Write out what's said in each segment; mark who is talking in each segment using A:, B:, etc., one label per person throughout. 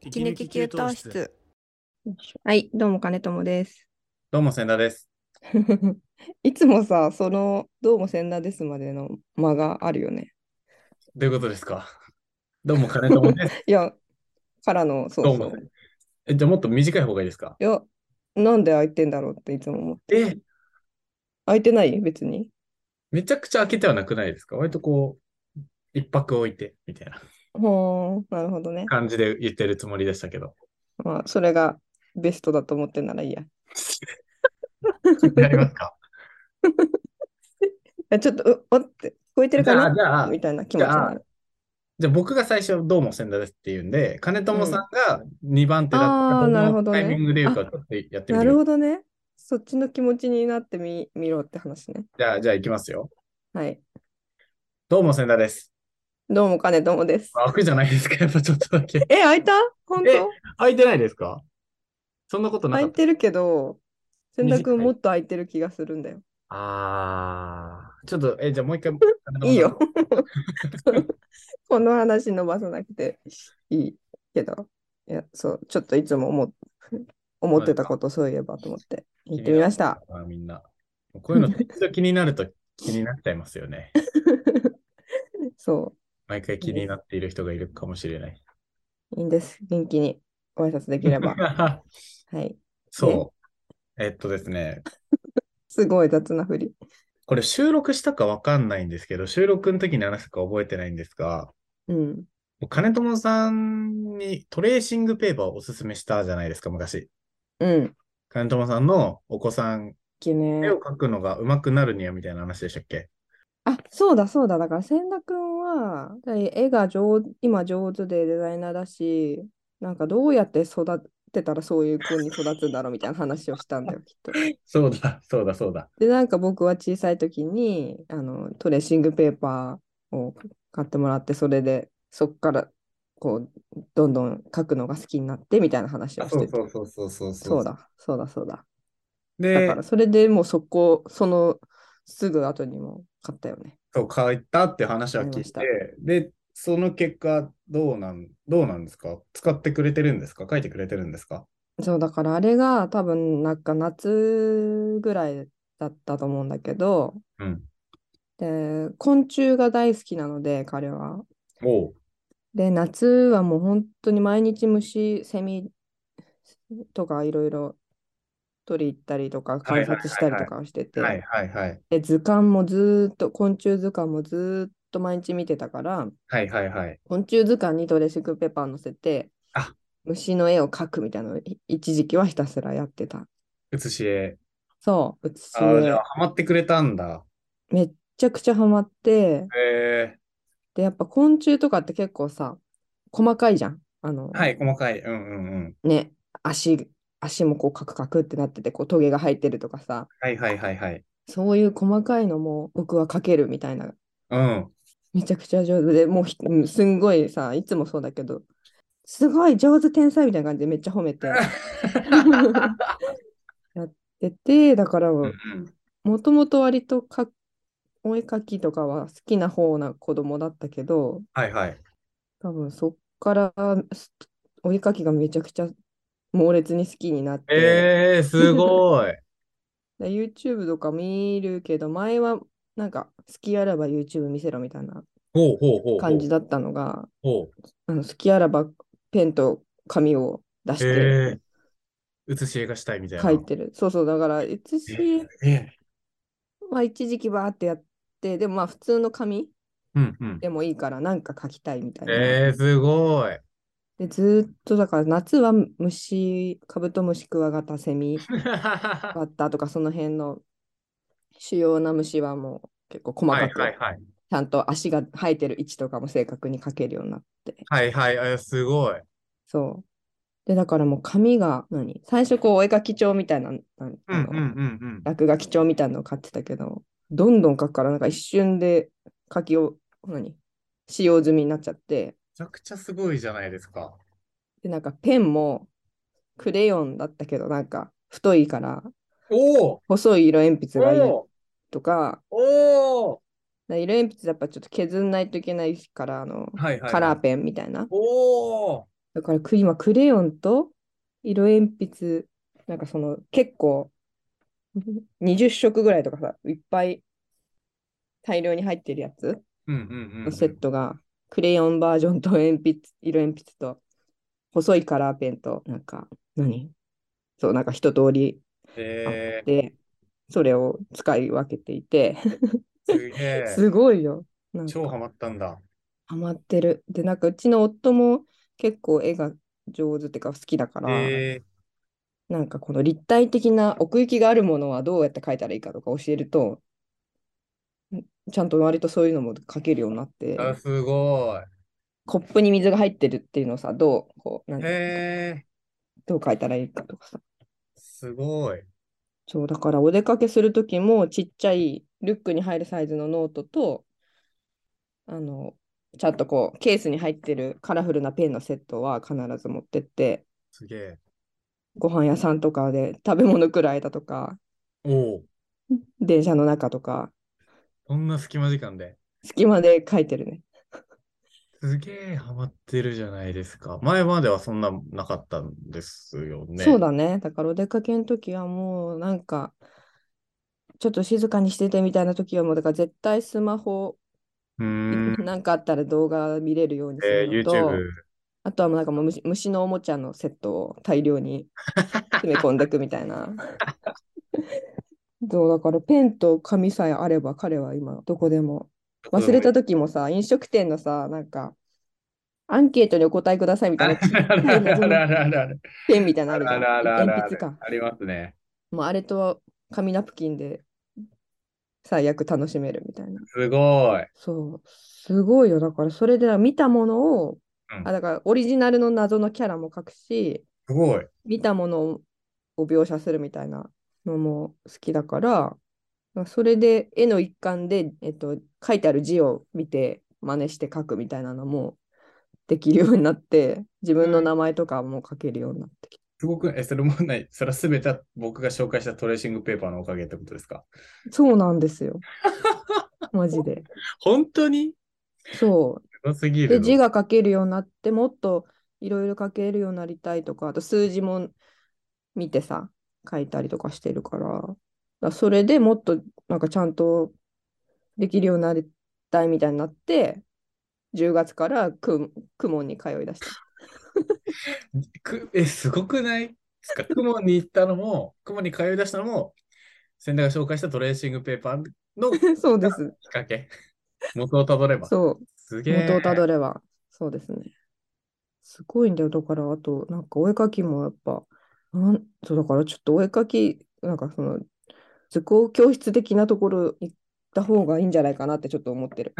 A: 息抜き給湯室。はい、どうも金友です。
B: どうも、千田です。
A: いつもさ、その、どうも千田ですまでの間があるよね。
B: どういうことですかどうも、金友です。
A: いや、からの、そう
B: どう
A: そう
B: も。。え、じゃあもっと短い方がいいですか
A: いや、なんで開いてんだろうっていつも思う。
B: え、
A: 開いてない別に。
B: めちゃくちゃ開けてはなくないですか割とこう、一泊置いて、みたいな
A: ほー、なるほどね。
B: 感じで言ってるつもりでしたけ ど。
A: まあ、それがベストだと思ってんならい いや。い
B: やりますか
A: やちょっと、うおって、聞こえてる
B: じ
A: か
B: ゃあ、
A: な
B: じゃあ、
A: みたいな気持ちになる。
B: じゃあ僕が最初、どうも、千田ですって言うんで、金友さんが2番手だった
A: あー
B: ら、
A: なる
B: ど
A: ほ
B: の
A: ど
B: タ
A: ね
B: イミングで言うか、ちょっとやってみ
A: なる
B: る。
A: ほどね。そっちの気持ちになってみ見ろって話ね。
B: じゃあ、じゃあ、いきますよ。
A: はい。
B: どうも、千田です。
A: どうも金友です。
B: あ開くじゃないですか、やっぱちょっとだ け。
A: え、開いた本
B: え
A: 当
B: 開いてないですかそんなことなか
A: 空
B: っ
A: い
B: た
A: てるけど、千田
B: 短
A: 君
B: い
A: もっと空いてる気がするんだよ。
B: ああ、ちょっと、え、じゃあもう 一回。
A: いいよ。 この話伸ばさなくていいけど、いや、そう、ちょっといつも思っ思ってたことそういえばと思って
B: 気になる。
A: 行ってみました。
B: あー。みんな。こういうの、一度気にな ると気になっちゃいますよね。
A: そ
B: 毎回気になっている人がいるかもしれない。
A: う、いいんです。元気にご挨拶できれ ば。はい。
B: そう。えっとですね、
A: すごい雑なふり。
B: これ収録したかわかんないんですけど、収録の時に話したか覚えてないんですが、
A: うん。
B: 金友さんにトレーシングペーパーをおすすめしたじゃないですか、昔。
A: うん。
B: 金友さんのお子さん、
A: きね
B: 絵。を描くのが上手くなるにはみたいな話でしたっけ
A: あ、そうだそうだ。だから千田君は、だから絵が上手、今上手でデザイナーだし、なんかどうやって育てたらそういう子に育つんだろうみたいな話をしたんだよ、きっと。
B: そうだ、そうだ、そうだ。
A: で、なんか僕は小さい時に、あの、トレーシングペーパーを買ってもらって、それで、そっから、こう、どんどん書くのが好きになってみたいな話をしてた。
B: うそうそうそうそ
A: そう。だ、そうだ、そうだ。だ
B: で
A: から、、それでもうそこ、その、すぐ後にも買ったよね。
B: そう書いたって話は聞い
A: あり
B: て、で、その結果、どうなん、どうなんですか使ってくれてるんですか書いてくれてるんですか
A: そうだからあれが多分なんか夏ぐらいだったと思うんだけど
B: うん。
A: で昆虫が大好きなので彼は
B: おう。
A: で夏はもう本当に毎日虫セミとかいろいろ取り行ったりとか観察したりとかをしてて
B: はいはいはい。
A: で図鑑もずーっと昆虫図鑑もずーっと毎日見てたから
B: はいはいはい。
A: 昆虫図鑑にトレーシングペーパー載せて
B: あ
A: 虫の絵を描くみたいなのをい一時期はひたすらやってた。
B: 写し絵。
A: そう、写し
B: ああ、じ
A: 絵
B: ゃあ、ハマってくれたんだ。
A: めっちゃくちゃハマって、
B: へえ
A: で、やっぱ昆虫とかって結構さ、細かいじゃん。あの、
B: はい、細かい。うんうんうん。
A: ね、足、足もこうカクカクってなってて、こうトゲが生えてるとかさ、
B: はいはいはいはい。
A: そういう細かいのも僕は描けるみたいな、
B: うん。
A: めちゃくちゃ上手で、もうひうんすんごいさ、いつもそうだけど、すごい上手天才みたいな感じでめっちゃ褒めて やってて、だから、
B: うんう
A: も
B: ん
A: ともと割とかお絵描きとかは好きな方な子供だったけど、
B: はいはい。
A: 多分そっからすお絵かきがめちゃくちゃ猛烈に好きになって、
B: ええすごい。
A: で YouTube とか見るけど前はなんか好きあらば YouTube 見せろみたいな
B: ほうほうほうほう。
A: 感じだったのが
B: ほう。
A: あの好きあらばペンと紙を出し
B: へ
A: て
B: え写し絵がしたいみたいな。
A: 書いてる、そうそうだから写し絵
B: ええ。
A: は一時期バーってやってでもまあ普通の紙
B: うんうん。
A: でもいいからなんか書きたいみたいな、
B: えー、すごい。
A: でずーっとだから夏は虫カブトムシクワガタセミバッタとかその辺の主要な虫はもう結構細
B: は
A: か
B: い
A: く、
B: はいはい。
A: ちゃんと足が生えてる位置とかも正確に書けるようになって
B: はいはい、あすごい。
A: そうでだからもう紙が何最初こうお絵描き帳みたいななん
B: う
A: あ
B: ん
A: の
B: うんうん
A: 落書き帳みたいなのを買ってたけどどんどん書くからなんか一瞬で書きを何使用済みになっちゃって
B: めちゃくちゃすごいじゃないですか。
A: でなんかペンもクレヨンだったけどなんか太いから
B: おお
A: 細い色鉛筆がいい
B: お
A: とか
B: お
A: だから色鉛筆やっぱちょっと削んないといけないから、あの、
B: はいはい。
A: カラーペンみたいな。
B: おお
A: だからク、今、クレヨンと色鉛筆、なんかその結構20色ぐらいとかさ、いっぱい大量に入ってるやつ
B: うんうんうんう
A: の
B: ん。
A: セットが、クレヨンバージョンと鉛筆、色鉛筆と、細いカラーペンと、なんか、何そう、なんか一通りあっ
B: え
A: て、それを使い分けていて、
B: ー、すげえ。
A: すごいよ。なん
B: 超
A: か
B: ハマったんだ。
A: ハマってる。で、なんかうちの夫も結構絵が上手ってか好きだから、
B: え
A: なんかこの立体的な奥行きがあるものはどうやって描いたらいいかとか教えると、んちゃんと割とそういうのも描けるようになって
B: ー、、あ、すご
A: コップに水が入ってるっていうのをさ、どう、こう、なん
B: い。えー、
A: どう描いたらいいかとかさ。
B: すごい。
A: そう、だからお出かけするときもちっちゃいリュックに入るサイズのノートと、あの、ちゃんとこう、ケースに入ってるカラフルなペンのセットは必ず持ってって、
B: すげえ。
A: ご飯屋さんとかで食べ物食る間とか、
B: おお、
A: 電車の中とか、
B: こんな隙間時間で。
A: 隙間で書いてるね。
B: すげえハマってるじゃないですか。前まではそんななかったんですよね。
A: そうだね。だからお出かけの時はもうなんか、ちょっと静かにしててみたいな時はもう、だから絶対スマホ、
B: うーん。
A: なんかあったら動画見れるようにす
B: え
A: る
B: ー、
A: のと、
B: YouTube。
A: あとはもうなんかもう虫、虫のおもちゃのセットを大量に 詰め込んでいくみたいな。そうだからペンと紙さえあれば彼は今どこでも。忘れた時もさ、飲食店のさ、なんかアンケートにお答えくださいみたいなちっち
B: ある
A: ゃ
B: あ
A: い
B: るあ
A: 謎の
B: るあるある
A: ペンみたいなのあるじゃ
B: あ
A: ん。
B: るあるあるある
A: 鉛筆か。
B: ありますね。
A: もうあれと紙ナプキンで最悪楽しめるみたいな。
B: すごい。
A: そう、すごいよ。だからそれで見たものを、
B: うん
A: あ、だからオリジナルの謎のキャラも描くし、
B: すごい。
A: 見たものを描写するみたいなのも好きだから、まあそれで絵の一環で、えっと、書いてある字を見て真似して書くみたいなのもできるようになって、自分の名前とかも書けるようになってきた。
B: すごく、え、それもない。それはすべて僕が紹介したトレーシングペーパーのおかげってことですか
A: そうなんで すよ。マジで。
B: 本当に
A: そう。
B: すごすぎ
A: で、
B: る
A: 字
B: の。
A: が書けるようになって、もっといろいろ書けるようになりたいとか、あと数字も見てさ、書いたりとかしてるから、だからそれでもっとなんかちゃんとできるようになりたいみたいになって、10月からく公文に通いだした。
B: くえ、すごくないですか 雲に行ったのも、雲に通い出したのも、先代が紹介したトレーシングペーパーのきっ
A: そうです。
B: か け。元をたどれば。
A: そう。
B: すげ
A: 元を
B: え。
A: たどれば、そうですね。すごいんだよ。だから、あと、なんかお絵描きもやっぱ、なんそうだからちょっとお絵描き、なんかその、図工教室的なところ行った方がいいんじゃないかなってちょっと思ってる。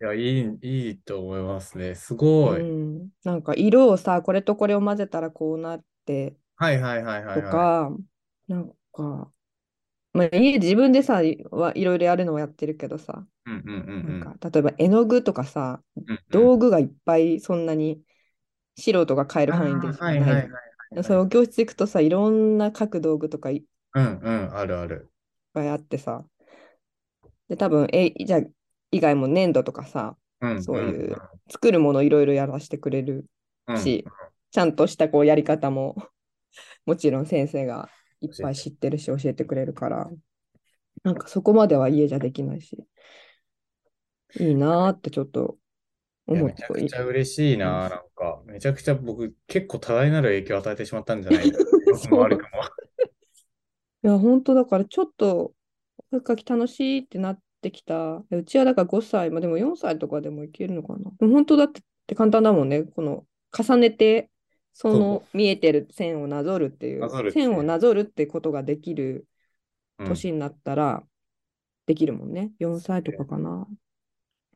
B: いや、いい、いいと思いますね。すご
A: う
B: い。
A: ん、なんか色をさ、これとこれを混ぜたらこうなって
B: はいはいはいはい
A: と
B: はい。
A: か、なんか、まあ、家で自分でさ、いはいろいろやるのはやってるけどさ、
B: うんうんう
A: なん
B: ん
A: か例えば絵の具とかさ、
B: うん。
A: 道具がいっぱいそんなに素人が買える
B: あ
A: 範囲で
B: ー
A: しか
B: は
A: ないい
B: はい
A: じゃん。
B: はいはい
A: それを教室行くとさ、いろんな書く道具とかいっ
B: うんうん、あるある。
A: ぱいあってさ、で、多分、え、じゃあ以外も粘土とかさ、
B: うんうん
A: そういう作るものいろいろやらせてくれる
B: うん
A: し、ちゃんとしたこうやり方も もちろん先生がいっぱい知ってるし教えてくれるから、なんかそこまでは家じゃできないし、いいなーってちょっと
B: いや
A: 思っ
B: めち
A: て
B: ゃ。くちゃ嬉しいな、なんか。めちゃくちゃ僕、結構多大なる影響を与えてしまったんじゃ ないか。僕もあるかも。
A: いや、本当だから、ちょっと、お絵描き楽しいってなってきた。うちはだから5歳、まあでも4歳とかでもいけるのかな。でも本当だってって簡単だもんね。この、重ねて、その見えてる線をなぞるっていう、
B: なぞるっていう
A: 線をなぞるってことができる
B: うんい
A: 年になったら、できるもんね。4歳とかかな。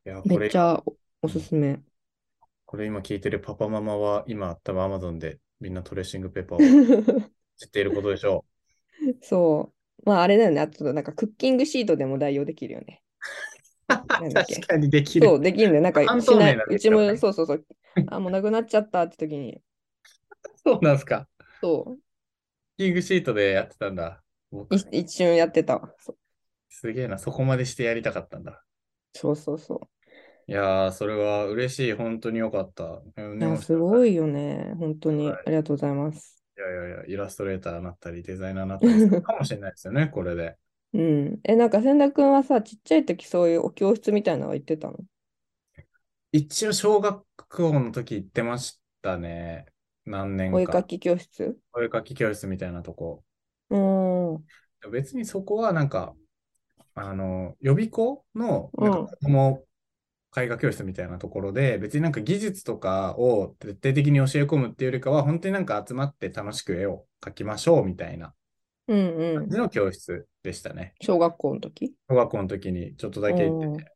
B: や、こ
A: めっ
B: れ
A: ち、ゃおおすすめ。
B: これ今聞いてるパパママは、今、多分 Amazon でみんなトレーシングペーパーを 知っていることでしょ
A: そう。まああれだよね。あとなんかクッキングシートでも代用できるよね。なん
B: う。
A: だっけ
B: 確かにでき
A: そ
B: る。
A: う、できるんだよ。なんか
B: 半
A: し
B: 透
A: な
B: 明
A: い
B: なん。
A: う
B: です
A: ち
B: よね
A: も、そうそうそう。あ、もうなくなっちゃったって時に。
B: そうなんですか。
A: そ
B: キングシートでやってたんだ。僕
A: う。い一瞬やってたわ。そう
B: すげえな、そこまでしてやりたかったんだ。
A: そうそうそう。
B: いやー、それは嬉しい。本当によかった。うん
A: いや、す
B: い。
A: ごいよね。本当に。
B: は
A: ありがとうございます。
B: いやいやいや、イラストレーターになったり、デザイナーになったりす るかもしれないですよね、これで。
A: うん。え、なんか千田君はさ、ちっちゃい時そういうお教室みたいなのは行ってたの
B: 一応、小学校の時行ってましたね。何年
A: お絵
B: か。
A: かき教室
B: お絵かき教室みたいなとこ。
A: うーん。
B: 別にそこはなんか、あの、予備校の、
A: う
B: なん
A: ん
B: か子供絵画教室みたいなところで、別になんか技術とかを徹底的に教え込むっていうよりかは、本当になんか集まって楽しく絵を描きましょうみたいな
A: うんうん
B: 感。じの教室でしたね。
A: 小学校の時
B: 小学校の時にちょっとだけ行ってて、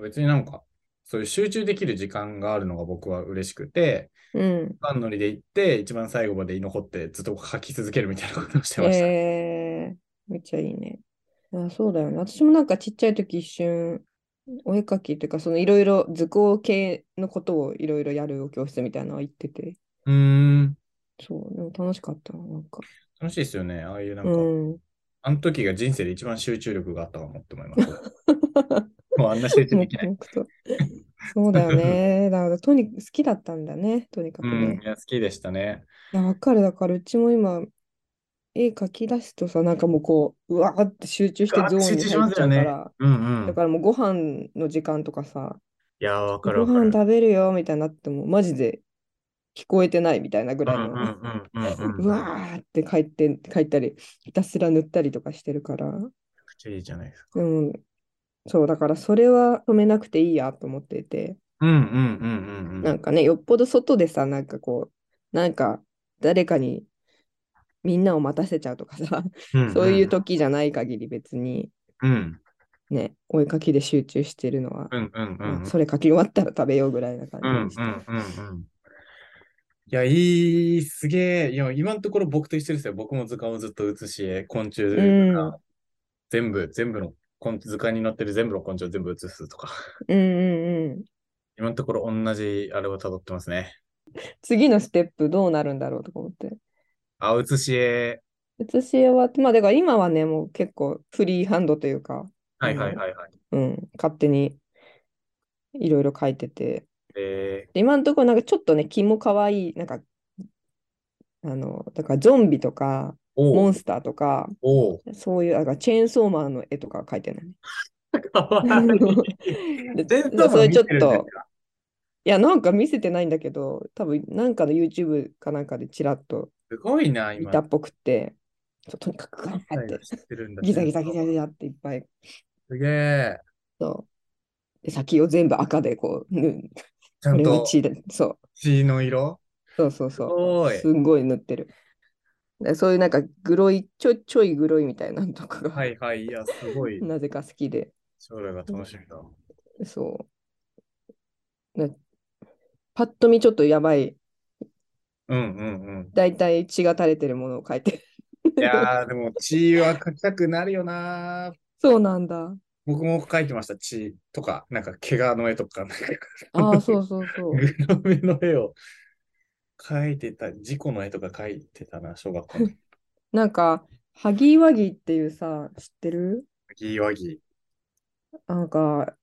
B: 別になんか、そういう集中できる時間があるのが僕は嬉しくて、
A: うん。
B: ファンノリで行って、一番最後まで居残ってずっと描き続けるみたいなことをしてました。
A: えー、めっちゃいいね。あ、そうだよね。私もなんかちっちゃい時一瞬、お絵かきっていうか、そのいろいろ図工系のことをいろいろやるお教室みたいなのは行ってて、
B: うーん、
A: そう、でも楽しかったな、なんか。
B: 楽しいですよね。ああいうなんか、
A: うん。
B: あの時が人生で一番集中力があったかもって思います。 もうあんな集中で きない。
A: 黙々とそうだよね。だからとに好きだったんだね、とにか
B: う
A: く
B: ん、
A: ね。
B: いや、好きでしたね。
A: いや、わかる。だからうちも今、絵描き出すとさ、なんかもうこう、うわーって集中して
B: ガーッ
A: ゾー
B: と
A: ン
B: 集
A: に
B: 中し
A: 入
B: ま
A: っ
B: す
A: ちゃ
B: よ
A: うか
B: ね。
A: ら、
B: うんう
A: だ
B: ん。
A: からもうご飯の時間とかさ、
B: いや、わかる
A: ご
B: わかる。
A: 飯食べるよみたいになっても、マジで聞こえてないみたいなぐ
B: うん
A: ら
B: う
A: い
B: んうん
A: の、
B: うんうん。
A: うわーって帰って、帰ったり、ひたすら塗ったりとかしてるから、
B: 口いいじゃないですか。
A: でも、そう、だからそれは止めなくていいやと思っていて、
B: うんうんうんうんう
A: なん
B: ん。
A: かね、よっぽど外でさ、なんかこう、なんか誰かにみんなを待たせちゃうとかさ、
B: うん
A: そういう時じゃない限り別に
B: うん
A: ね、お絵かきで集中してるのは、
B: うんうんうんうん
A: まあそれ書き終わったら食べようぐらいな感
B: う
A: じ
B: ん
A: にし
B: う
A: て。
B: んうんうん。いや、いい、すげえ。いや、今のところ僕と一緒ですよ。僕も図鑑をずっと写し絵、昆虫と
A: うん
B: か、全部、全部の、昆図鑑に載ってる全部の昆虫を全部写すとか。
A: うんうんうん。
B: 今のところ同じあれを辿ってますね。
A: 次のステップどうなるんだろうとか思って。
B: あ、写し絵。
A: 写し終わって、まあだから今はね、もう結構フリーハンドというか、
B: はいはいはいはい。
A: うん、勝手にいろいろ書いてて。
B: え
A: で今のところなんかちょっとね、気も可愛い、なんか、あの、だからゾンビとか、
B: ー、お
A: モ
B: う
A: ンスターとか、
B: お う
A: そういう、だからチェーンソーマンの絵とかは描いてない。
B: かわいい。
A: で
B: 全
A: だからそれちょっ
B: 部見てるんです
A: と、いや、なんか見せてないんだけど、多分なんかの YouTube かなんかでちらっと
B: すごいな、
A: 見
B: 今。
A: たっぽくって、そうとにかくガーって、
B: 知ってるんだ
A: ギザギザギザギザっていっぱい
B: すげえ。
A: そう。で、先を全部赤でこう、ぬ
B: ちゃ
A: こ
B: ん
A: れは
B: と
A: 血で、そう、
B: 血の色
A: そうそう
B: す
A: そう。
B: ごい。
A: すんごい塗ってる。でそういうなんか、グロい、ちょちょいグロいみたいなのとかが、
B: はいはい。いや、すごい。
A: なぜか好きで、
B: 将来が楽しみだ。
A: そう。なパッと見ちょっとやばい、
B: うんうん
A: だいたい血が垂れてるものを描いて。
B: うん。いやー、でも血は描きたくなるよな。
A: そうなんだ。
B: 僕も描いてました。血とか、なんか怪我の絵とか、なんか
A: ああ、そうそうそう。
B: グロめの絵を描いてた、事故の絵とか描いてたな、小学校の時。
A: なんか、ハギーワギーっていうさ、知ってる
B: ギーワギー。
A: なんか、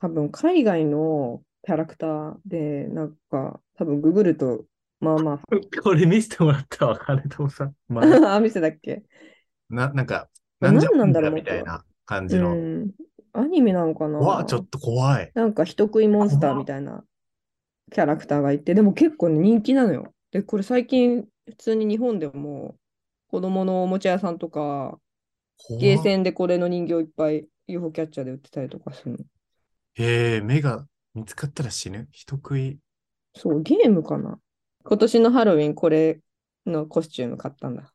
A: 多分海外のキャラクターで、なんか、多分ググると、まあま
B: これ見せてもらったわ、金友さん。ま あ、
A: あ、あ、見せたっけ
B: な、なんか、な
A: あ
B: んじゃ
A: 何なんだろう
B: みたいな感じ
A: う
B: の。
A: ん。アニメなのかな
B: わあ、ちょっと怖い。
A: なんか人食いモンスターみたいなキャラクターがいて、でも結構ね、人気なのよ。で、これ最近、普通に日本でも、子供のおもちゃ屋さんとか、ゲー
B: 怖い。
A: センでこれの人形いっぱい UFO キャッチャーで売ってたりとかするの。
B: へえ、目が見つかったら死ぬ。人食い。
A: そう、ゲームかな。今年のハロウィン、これのコスチューム買ったんだ。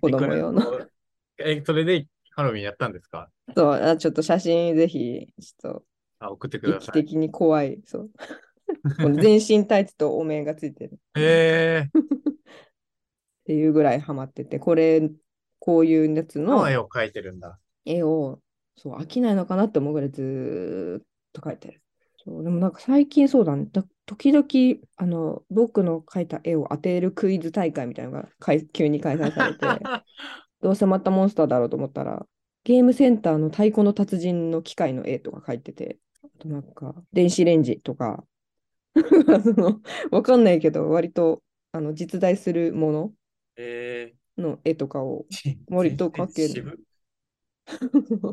A: 子供用の。
B: の。え、それでハロウィンやったんですか
A: そうあ、ちょっと写真ぜひ、ちょっと
B: あ、送ってくだ
A: 劇
B: さい。
A: 的に怖い。そう。 この全身タイツとお面がついてるっ
B: へえ、
A: ていうぐらいハマってて、これ、こういうやつの
B: の絵を描いてるんだ。
A: 絵を、そう、飽きないのかなって思うぐらいずーっと描いてる。そう、でもなんか最近そうだね。だ時々、あの、僕の描いた絵を当てるクイズ大会みたいなのがかい急に開催されて。 どうせまたモンスターだろうと思ったら、ゲームセンターの太鼓の達人の機械の絵とか書いてて、あとなんか、電子レンジとか、 その、わかんないけど、割と、あの、実在するもの
B: え
A: の絵とかを、
B: ー、
A: 割と描ける
B: 渋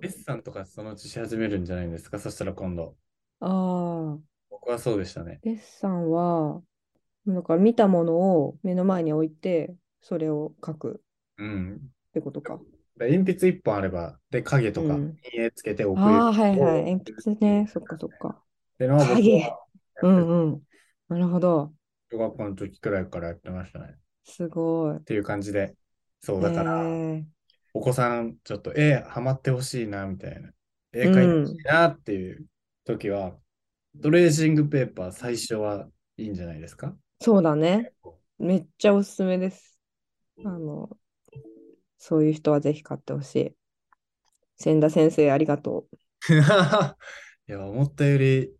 B: デッサンとかそのうちし始めるんじゃないんですかそしたら今度。
A: ああ、
B: 僕はそうでしたね。
A: デッサンは、だから見たものを目の前に置いて、それを描く
B: うん。
A: ってことか。
B: で鉛筆一本あれば、で、影とか、
A: う
B: 陰
A: ん
B: 影つけて奥行き
A: ああ、はいはい。
B: を
A: 鉛筆ね。そっかそっか。
B: でのは僕は
A: 影うんうん。なるほど。
B: 小学校の時くらいからやってましたね。
A: すごい
B: っ。ていう感じで。そう、だから、
A: え
B: お子さん、ちょっと絵ハマってほしいな、みたいな。絵描いてほしいなっていう時は、トレーシングペーパー最初はいいんじゃないですか
A: そうだね。めっちゃおすすめです。あの、そういう人はぜひ買ってほしい。千田先生、ありがと
B: いや、思ったより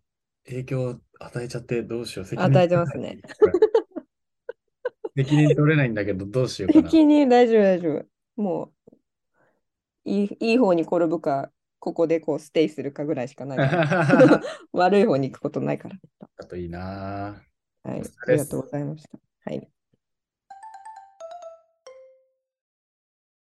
B: 影響を与えちゃってどうしよう。責任
A: 与えてますね。
B: 責任取れないんだけど、どうしよ
A: う。
B: うかな。
A: 責任大丈夫、大丈夫。もう、いいいい方に転ぶか、ここでこうステイするかぐらいしかない から。悪い方に行くことないから。
B: あといいなぁ。
A: はい、
B: お疲れっす
A: ありがとうございました。はい。